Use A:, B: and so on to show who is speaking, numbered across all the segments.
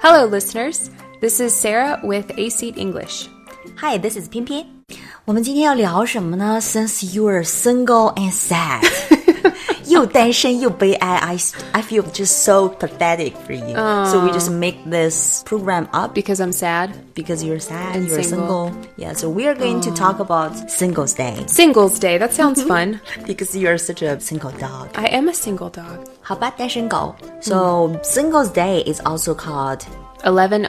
A: Hello, listeners. This is Sarah with A Seat English.
B: Hi, this is 偏偏。我们今天要聊什么呢？Since you are single and sad，又单身又悲哀，I I feel just so pathetic for you.、so we just make this program up
A: Because I'm sad.
B: because you're sad,
A: And
B: you're
A: single.
B: single. Yeah, so we are going to talk about Singles Day
A: Singles Day. That sounds fun.
B: because you are such a single dog.
A: I am a single dog.
B: 好吧，单身狗。So Singles Day is also called
A: 1111.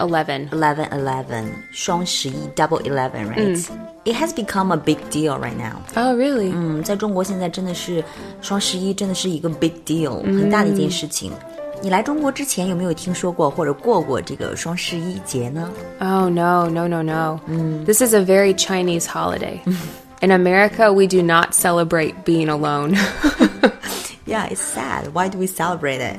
B: Eleven Eleven, 双十一 Double Eleven, right? It has become a big deal right now.
A: Oh, really?
B: 嗯，在中国现在真的是双十一真的是一个 big deal，、很大的一件事情。你来中国之前有没有听说过或者过过这个双十一节呢？
A: Oh, no, no, no, no. This is a very Chinese holiday. In America, we do not celebrate being alone.
B: Yeah, it's sad. Why do we celebrate it?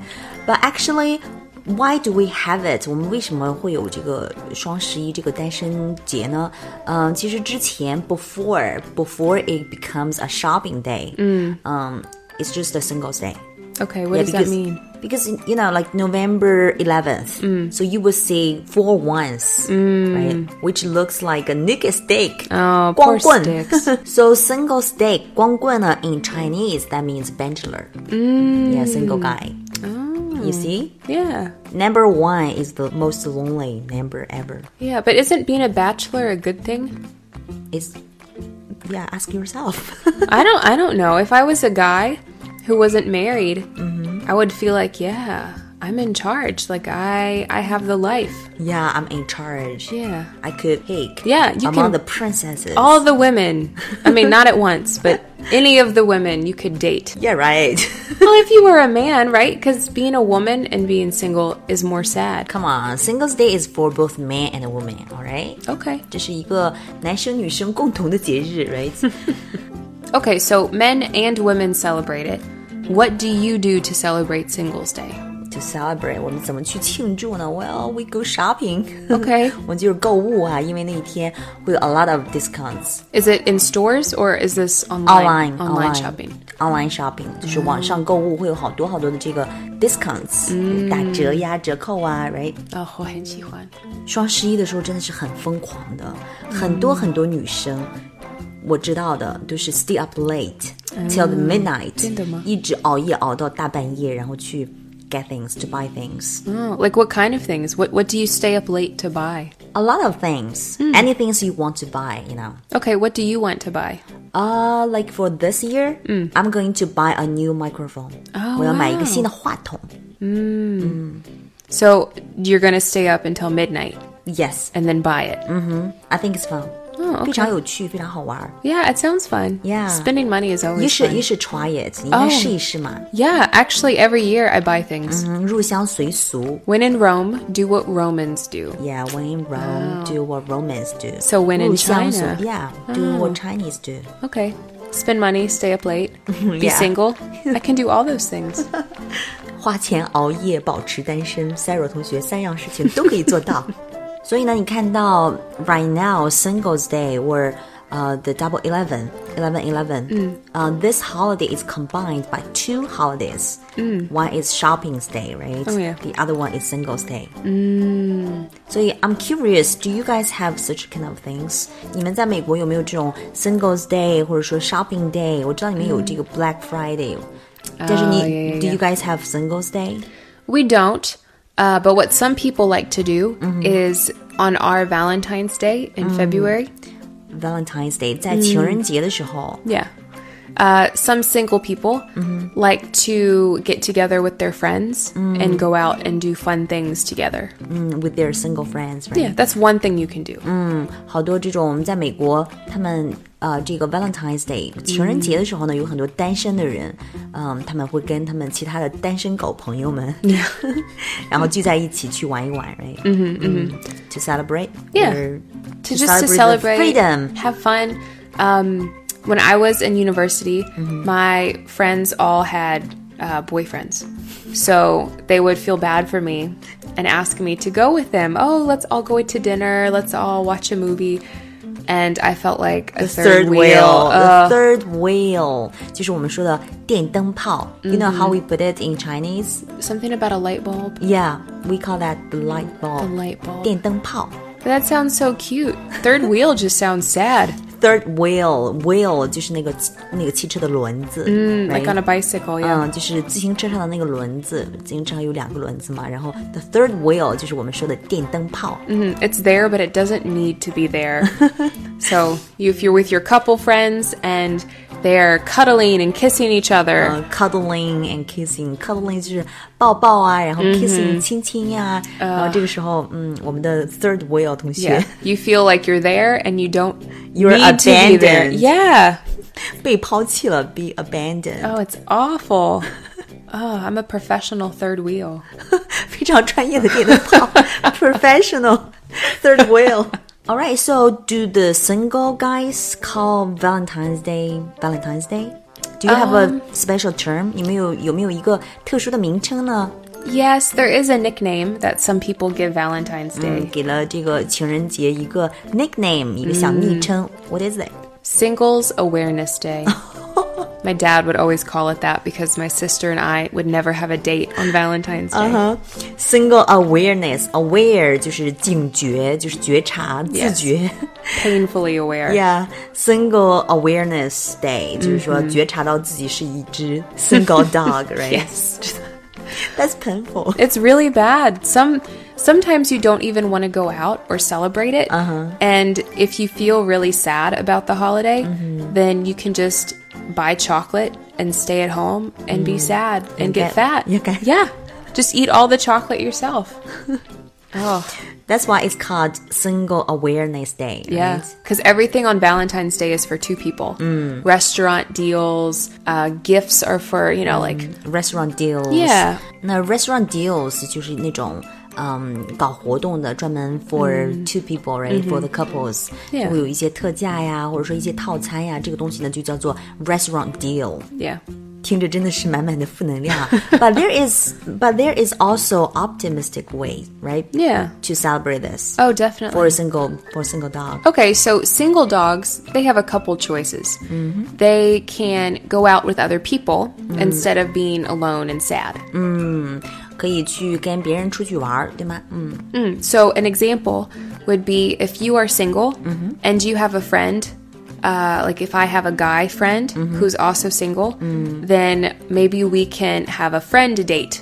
B: But actually, why do we have it? 我们为什么会有这个双十一这个单身节呢？嗯，其实之前 before before it becomes a shopping day，嗯嗯，it's just a singles day.
A: okay, what
B: Yeah,
A: does that
B: because-
A: mean? Mm.
B: Because you know, like November 11th, so you would see four ones, right? Which looks like a naked stick.
A: Oh, poor
B: 光棍。
A: sticks.
B: so single stick, 光棍呢 in Chinese that means bachelor.
A: Mm.
B: Yeah, single guy.
A: Oh.
B: You see,
A: yeah.
B: number one is the most lonely number ever.
A: Yeah, but isn't being a bachelor a good thing?
B: It's yeah. Ask yourself.
A: I don't I don't know. If I was a guy who wasn't married, I would feel like, yeah, I'm in charge. Like I I have the life.
B: yeah, I'm in charge.
A: Yeah.
B: I could pick.
A: Yeah, you
B: among
A: can-
B: the princesses.
A: All the women. I mean, not at once, but any of the women you could date.
B: yeah, right.
A: Well, if you were a man, right? Cuz being a woman and being single is more sad.
B: Come on, Singles Day is for both men and women, alright?
A: Okay.
B: 这是一个男生女生共同的节日，right？
A: Okay, so men and women celebrate it. What do you do to celebrate Singles Day?
B: to celebrate，我们怎么去庆祝呢？Well, we go shopping.
A: Okay.
B: 我们就是购物啊，因为那一天会有 a lot of discounts.
A: Is it in stores or is this online
B: Online
A: online shopping?
B: online shopping 就是网上购物会有好多好多的这个 discounts，、打折呀、折扣啊，right？
A: Oh, 我很喜欢。
B: 双十一的时候真的是很疯狂的，很
A: 嗯
B: 多很多女生，我知道的都是 stay up late till the midnight，
A: 嗯真的吗
B: 一直熬夜熬到大半夜，然后去 get things to buy things。
A: Oh, like what kind of things? What what do you stay up late to buy?
B: A lot of things,
A: 嗯
B: anything you want to buy, you know.
A: Okay, what do you want to buy?
B: Uh, like for this year,
A: 嗯
B: I'm going to buy a new microphone.
A: Oh,
B: 我要买一个新的话筒。
A: So you're gonna stay up until midnight
B: Yes,
A: and then buy it.
B: Mm. I think it's fun.
A: Oh, okay.
B: 非常有趣，非常好玩。
A: Yeah, it sounds fun.
B: Yeah.
A: Spending money is always
B: 你是
A: fun.
B: 你是 try it，你应该
A: Oh.
B: 试一试嘛。
A: Yeah, actually every year I buy things.
B: 嗯，入乡随俗。
A: When in Rome, do what Romans do.
B: Yeah, when in Rome, do what Romans do.
A: Oh. So when in
B: 入乡随
A: China- Oh.
B: yeah, do what Chinese do.
A: Okay. Spend money, stay up late, be
B: Yeah.
A: single. I can do all those things.
B: 花钱熬夜保持单身，Sarah 同学三样事情都可以 做到。所以呢，你看到 right now Singles Day or 呃、the Double Eleven Eleven Eleven，嗯，
A: Mm.
B: 呃、this holiday is combined by two holidays，嗯，one is Shopping Day, right?
A: Mm. Oh, yeah.
B: The other one is Singles Day. 嗯，所以 I'm curious, do you guys have such kind of things? 你们在美国有没有这种 Singles Day 或者说 Shopping Day？我知道你们有这个 Black Friday，、但是你
A: Oh, yeah, yeah,
B: do
A: yeah.
B: you guys have Singles Day？
A: We don't. Uh, but what some people like to do
B: Mm-hmm.
A: is on our Valentine's Day
B: Mm.
A: in February.
B: Valentine's Day，在情人节的时候，
A: Yeah. Uh, some single people
B: Mm-hmm.
A: like to get together with their friends
B: Mm.
A: and go out and do fun things together.
B: 嗯，with their single friends，right？、
A: Yeah, that's one thing you can do.
B: Mm. 好多这种在美国，他们呃，这个 Valentine's Day 情人节的时候呢，有很多单身的人，嗯，他们会跟他们其他的单身狗朋友们
A: 嗯
B: 然后聚在一起去玩一玩，right？嗯嗯嗯，to celebrate，
A: Yeah.
B: or
A: To just to
B: celebrate
A: celebrate,
B: the freedom，
A: have fun. Um, when I was in university,
B: Mm-hmm.
A: my friends all had uh, boyfriends, so they would feel bad for me and ask me to go with them. Oh, let's all go to dinner. Let's all watch a movie. and I felt like a
B: Third
A: third, uh
B: wheel, the
A: Ugh.
B: third wheel 就是我们说的电灯泡。You
A: 嗯
B: know how we put it in Chinese?
A: something about a light bulb.
B: Yeah, we call that the light bulb.
A: The light bulb.
B: 电灯泡。
A: But that sounds so cute. Third wheel just sounds sad.
B: Third wheel, wheel 就是那个那个汽车的轮子。嗯
A: Like on a bicycle, yeah.
B: 嗯，就是自行车上的那个轮子，自行车上有两个轮子嘛。然后 the third wheel 就是我们说的电灯泡。
A: Mhm, It's there, but it doesn't need to be there. so you, if you're with your couple friends and they're cuddling and kissing each other,
B: 呃、c u d d l i n g and kissing，cuddling 就是抱抱啊，然后 kissing、亲亲呀、然后这个时候，嗯，我们的 third wheel 同学
A: yeah, you feel like you're there and you don't
B: You're
A: need to be there.
B: abandoned.
A: Yeah.
B: 被抛弃了，be abandoned，、
A: Oh, it's awful. Oh, I'm a professional third wheel.
B: 非常专业的电灯泡 ，professional third wheel。All right, so do the single guys call Valentine's Day Valentine's Day? Do you have a special term? 你们有有没有一个特殊的名称呢？
A: Yes, there is a nickname that some people give Valentine's Day.
B: 给了这个情人节一个 nickname，一个小昵称。What is it?
A: Singles Awareness Day. my dad would always call it that because my sister and I would never have a date on Valentine's Day.
B: Single awareness, aware 就是警觉，就是觉察、自
A: Yes.
B: 觉。
A: Painfully aware.
B: Yeah, single awareness day 就是说
A: Mm-hmm.
B: 觉察到自己是一只 single dog, right?
A: Yes.
B: That's painful.
A: It's really bad. Some sometimes you don't even want to go out or celebrate it. And if you feel really sad about the holiday, then you can just buy chocolate and stay at home and be sad Mm. and, get,
B: get-
A: fat.
B: you get-
A: Yeah. Just eat all the chocolate yourself. oh,
B: That's why it's called single awareness day.
A: yeah.
B: right?
A: Cuz everything on Valentine's Day is for two people.
B: Mm.
A: Restaurant deals, uh, gifts are for, you know, like
B: Mm. Restaurant deals.
A: Yeah.
B: 那 restaurant deals 就是那种。嗯搞活动的专门 for two people, right? For the couples，、
A: Mm-hmm. Yeah.
B: 会有一些特价呀，或者说一些套餐呀，这个东西呢就叫做 restaurant deal。
A: yeah.
B: 听着真的是满满的负能量啊。but there is, but there is also optimistic way, right?
A: Yeah.
B: To celebrate this
A: Oh, definitely.
B: for a single for a single dog.
A: Okay, so single dogs, they have a couple choices.
B: Mm-hmm.
A: They can go out with other people
B: Mm.
A: instead of being alone and sad.
B: 可以去跟别人出去玩儿，对吗？嗯
A: So, an example would be if you are single
B: Mm-hmm.
A: and you have a friend, uh, like if I have a guy friend
B: Mm-hmm.
A: who's also single,
B: Mm.
A: then maybe we can have a friend date.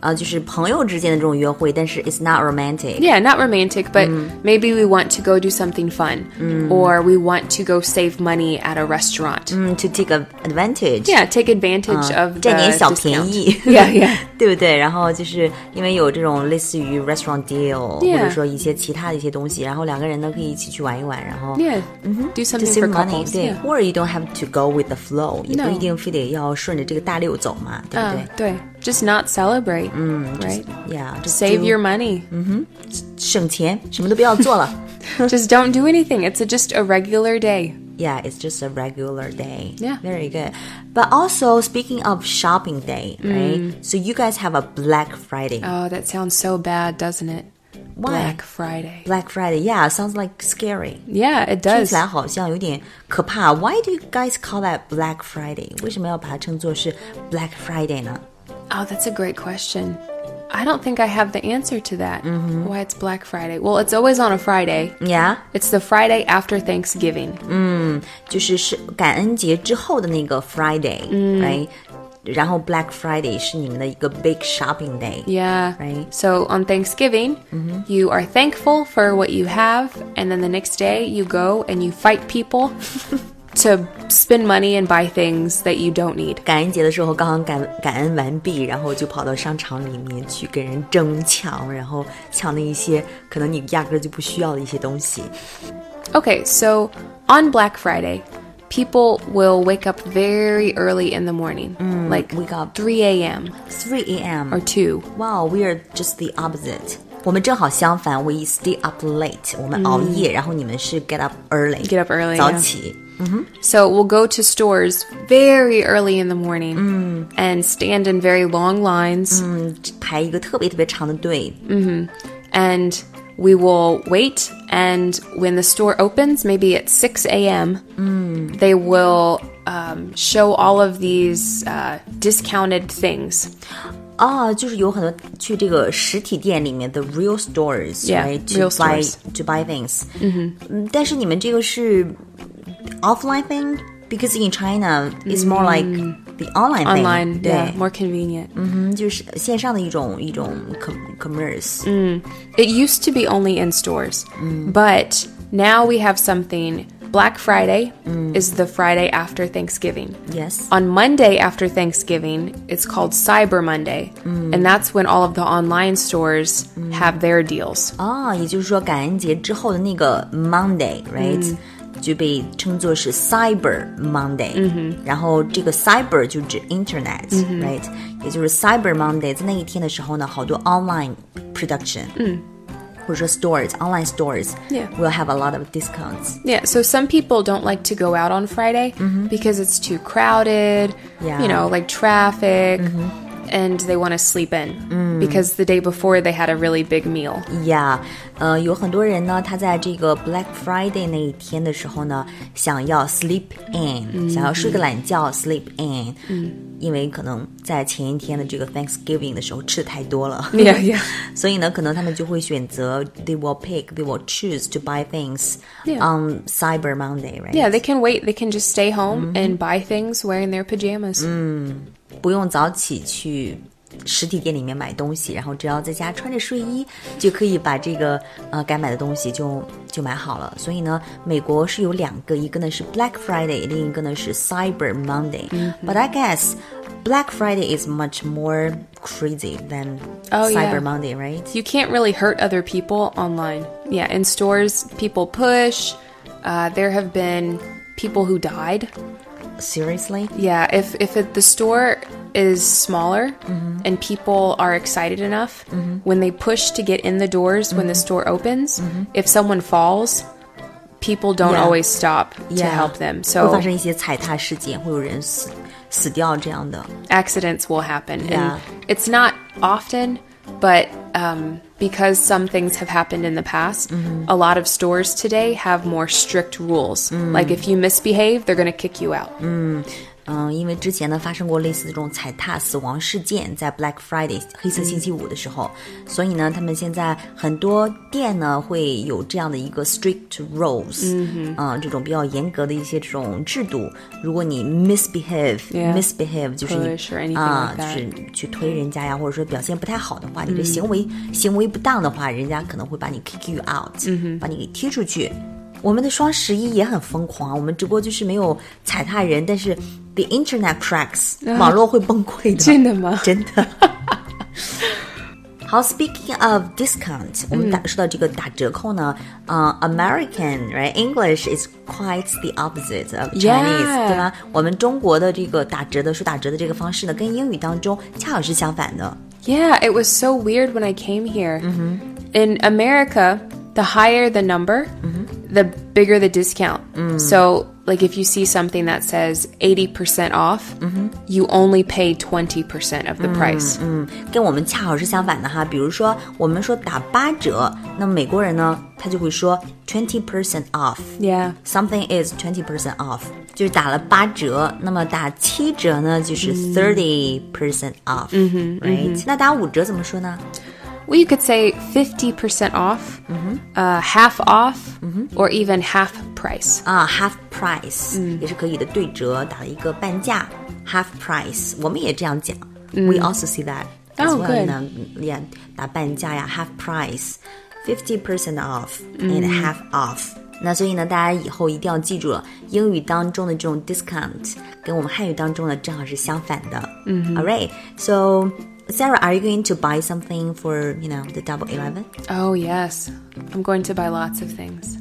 B: 啊，就是朋友之间的这种约会，但是 it's not romantic。
A: Yeah, not romantic, but
B: Mm.
A: maybe we want to go do something fun or we want to go save money at a restaurant.
B: 嗯，to take a advantage。
A: Yeah, take advantage of
B: 占
A: the
B: 点小便
A: discount.
B: 宜
A: Yeah, yeah.
B: 对不对？然后就是因为有这种类似于 restaurant deal，或
A: Yeah.
B: 者说一些其他的一些东西，然后两个人呢可以一起去玩一玩，然后
A: Yeah. Do
B: Mm-hmm. to
A: something
B: save
A: for
B: money，
A: couples.
B: 对
A: Yeah.
B: or you don't have to go with the flow，也
A: No.
B: 不一定非得要顺着这个大流走嘛，对不
A: Uh,
B: 对？
A: 对. Just not celebrate. right?
B: Yeah, Mm, just
A: Save
B: do-
A: your money.
B: 省钱，什么都不要做了。
A: just don't do anything. It's a, just a regular day.
B: Yeah, it's just a regular day.
A: Yeah.
B: very good. But also speaking of shopping day,
A: Mm.
B: right? So you guys have a Black Friday.
A: Oh, that sounds so bad, doesn't it? Black Friday.
B: Black Friday, yeah, sounds like scary.
A: Yeah, it
B: 听
A: does.
B: 起来好像有点可怕。Why do you guys call that Black Friday？为什么要把它称作是 Black Friday 呢？
A: Oh, that's a great question. I don't think I have the answer to that.
B: Mm-hmm.
A: Why it's Black Friday? Well, it's always on a Friday.
B: Yeah，
A: It's the Friday after Thanksgiving.
B: 就是是感恩节之后的那个 Friday，right？、然后 Black Friday 是你们的一个 big shopping day。
A: Yeah.
B: Right.
A: So on Thanksgiving, you are thankful for what you have, and then the next day you go and you fight people to spend money and buy things that you don't need.
B: 感恩节的时候刚刚感感恩完毕，然后就跑到商场里面去跟人争抢，然后抢那一些可能你压根儿就不需要的一些东西。
A: Okay, so on Black Friday, people will wake up very early in the morning, like
B: wake up.
A: 3 a.m.
B: 3 a.m.
A: or 2.
B: Wow, we are just the opposite. 我们正好相反，we stay up late，我们熬夜，然后你们是 get up early。
A: 嗯 Get up early，
B: 早
A: yeah.
B: 起。
A: So we'll go to stores very early in the morning and stand in very long lines.
B: 嗯，排一个特别特别长的队。
A: and we will wait, and when the store opens, maybe at 6 a.m., they will um, show all of these uh, discounted things.
B: 啊，就是有很多去这个实体店里面的 real stores，
A: Yeah,
B: right,
A: real
B: to buy
A: stores.
B: to buy things。嗯哼，但是你们这个是 offline thing。Because in China, it's more like the online thing.
A: Mm。 Online,
B: 对
A: yeah, more convenient.
B: 嗯，就是线上的一种一种 com commerce。
A: It used to be only in stores, but now we have something. Black Friday is the Friday after Thanksgiving.
B: Yes.
A: On Monday after Thanksgiving, it's called Cyber Monday, and that's when all of the online stores have their deals.
B: 啊，也就是说感恩节之后的那个 Monday，right？、就被称作是 Cyber Monday，、然后这个 Cyber 就指 Internet，right？、也就是 Cyber Monday，在那一天的时候呢，好多 online production，嗯，或者说 stores，online stores
A: Yeah.
B: will have a lot of discounts。
A: Yeah, so some people don't like to go out on Friday because it's too crowded,
B: Yeah.
A: you know, like traffic, and they want to sleep in because the day before they had a really big meal.
B: Yeah，呃，有很多人呢，他在这个 Black Friday 那一天的时候呢，想要 sleep in，、想
A: 嗯
B: 要睡个懒觉 sleep in，、因为可能在前一天的这个 Thanksgiving 的时候吃的太多了
A: Yeah, yeah.
B: 所以呢，可能他们就会选择 they will pick they will choose to buy things
A: Yeah.
B: on Cyber Monday，right？
A: Yeah, they can wait. They can just stay home and buy things wearing their pajamas.
B: 不用早起去实体店里面买东西，然后只要在家穿着睡衣就可以把这个呃该买的东西就就买好了。所以呢，美国是有两个，一个呢是 Black Friday，另一个呢是 Cyber Monday。But I guess Black Friday is much more crazy than
A: Oh, yeah.
B: Cyber Monday, right?
A: You can't really hurt other people online. Yeah, in stores, people push. Uh, there have been people who died.
B: Seriously?
A: Yeah, if if it, the store is smaller
B: Mm-hmm.
A: and people are excited enough, when they push to get in the doors when
B: Mm-hmm.
A: the store opens, if someone falls, people don't
B: Yeah.
A: always stop to
B: Yeah.
A: help them.
B: 会
A: So
B: 发生一些踩踏事件，会有人死死掉这样的。
A: accidents will happen.
B: Yeah.
A: And it's not often, but um, because some things have happened in the past,
B: Mm-hmm.
A: a lot of stores today have more strict rules. Like
B: Mm.
A: if you misbehave, they're going to kick you out.
B: 嗯，因为之前呢发生过类似这种踩踏死亡事件，在 Black Friday 黑色星期五的时候，所以呢，他们现在很多店呢会有这样的一个 strict rules，嗯、呃这种比较严格的一些这种制度。如果你 misbehave、
A: Yeah.
B: misbehave 就是你
A: Push or anything
B: 啊、
A: like that.
B: 就是去推人家呀，或者说表现不太好的话，你
A: 嗯
B: 的行为、行为不当的话，人家可能会把你 kick you out，、把
A: 嗯
B: 你给踢出去。我们的双十一也很疯狂，我们直播就是没有踩踏人，但是 the internet cracks，、网络会崩溃的，
A: 啊 真的吗
B: 真的。好，Speaking of discount，、我
A: 嗯
B: 们打说到这个打折扣呢，呃、a m e r i c a n right English is quite the opposite of Chinese，、
A: Yeah
B: 对吗？我们中国的这个打折的说打折的这个方式呢，跟英语当中恰好是相反的。
A: Yeah, it was so weird when I came here. In America, the higher the number, the bigger the discount. So, like if you see something that says 80% off, you only pay 20% of the price.
B: 跟我们恰好是相反的哈。比如说，我们说打八折，那么美国人呢，他就会说 twenty percent off。
A: Yeah.
B: Something is twenty percent off，就是打了八折。那么打七折呢，就是 thirty percent off。嗯哼，right？、那打五折怎么说呢？
A: Well, you could say 50% off, uh, half off, or even half price.
B: 啊、h a l f price、也是可以的，对折打了一个半价，half price，我们也这样讲、w e also see that as
A: Oh,
B: well
A: good.
B: 呢，也打半价呀，half price，fifty percent off and half off。那所以呢，大家以后一定要记住了，英语当中的这种 discount 跟我们汉语当中的正好是相反的。嗯，All right, so Sarah, are you going to buy something for you know the Double Eleven?
A: Oh, yes. I'm going to buy lots of things.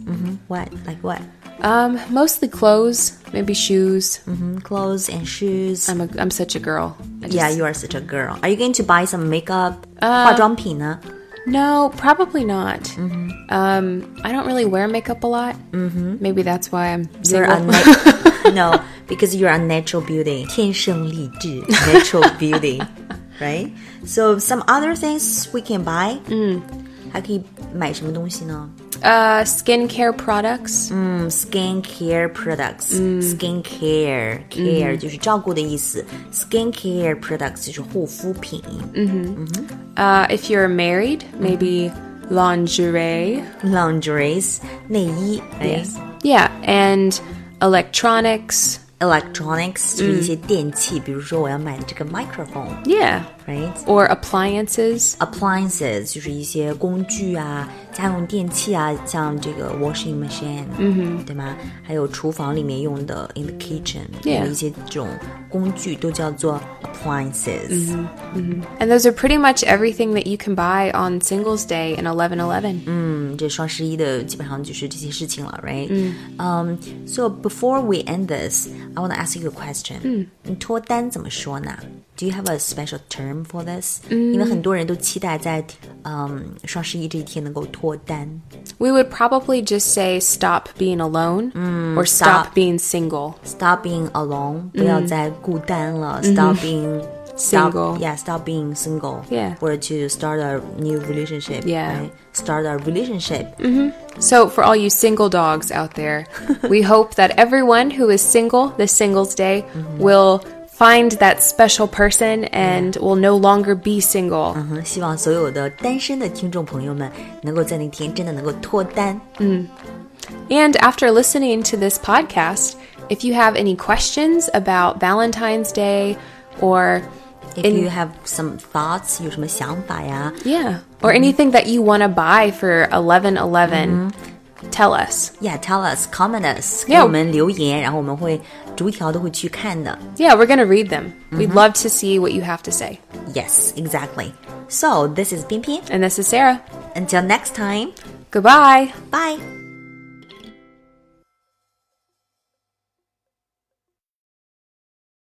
B: What, like what?
A: Um, mostly clothes, maybe shoes.
B: Clothes and shoes.
A: I'm, a, I'm such a girl. I just- Uh,
B: Mm-hmm. Yeah, you are such a girl. Are you going to buy some makeup? 化妆品呢？
A: No, probably not. Um, I don't really wear makeup a lot. Mm-hmm. Maybe that's why I'm
B: You're a
A: single.
B: nat- no, because you're a natural beauty. 天生丽 质，natural
A: Mm.
B: beauty, right? So some other things we can buy. 还可以买什么东西呢？
A: Uh, skincare products.
B: 嗯，skincare
A: Mm.
B: products，skincare care 就是照顾的意思，skincare products 就是护肤品。
A: Mm. Uh, if you're married, maybe lingerie.
B: lingeries 内衣，哎
A: Yeah, and electronics.
B: ，electronics 就是一些电器，比如说我要买的这个 microphone，right？
A: Yeah. Or appliances.
B: appliances 就是一些工具啊、家用电器啊，像这个 washing machine，嗯哼，对吗？还有厨房里面用的 in the kitchen，
A: Yeah
B: 有一些这种工具都叫做 appliances。
A: And those are pretty much everything that you can buy on Singles Day and 1111.
B: 这双十一的基本上就是这些事情了，right？嗯、um,，So before we end this, I want to ask you a question。嗯，你脱单怎么说呢？Do you have a special term for this？、因为很多人都期待在嗯、双十一这一天能够脱单。
A: We would probably just say stop being alone or Mm, stop,
B: stop.
A: being single.
B: Stop being alone，、不要再孤单了。Stop being stop,
A: Single.
B: yeah. Stop being single,
A: Yeah.
B: Or to start a new relationship,
A: Yeah.
B: right? Start a relationship.
A: So, for all you single dogs out there, we hope that everyone who is single this Singles Day will find that special person and will no longer be single.
B: 嗯，希望所有的单身的听众朋友们能够在那天真的能够脱单。
A: And after listening to this podcast, if you have any questions about Valentine's Day or
B: If
A: In-
B: you have some thoughts，有什么想法呀？
A: yeah, or anything that you want to buy for 1111, tell us.
B: Yeah, tell us, comment us，给
A: Yeah.
B: 我们留言，然后我们会逐条都会去看的。
A: Yeah, we're going to read them. We'd love to see what you have to say.
B: Yes, exactly. So this is 冰冰
A: And this is Sarah.
B: Until next time,
A: Goodbye.
B: bye.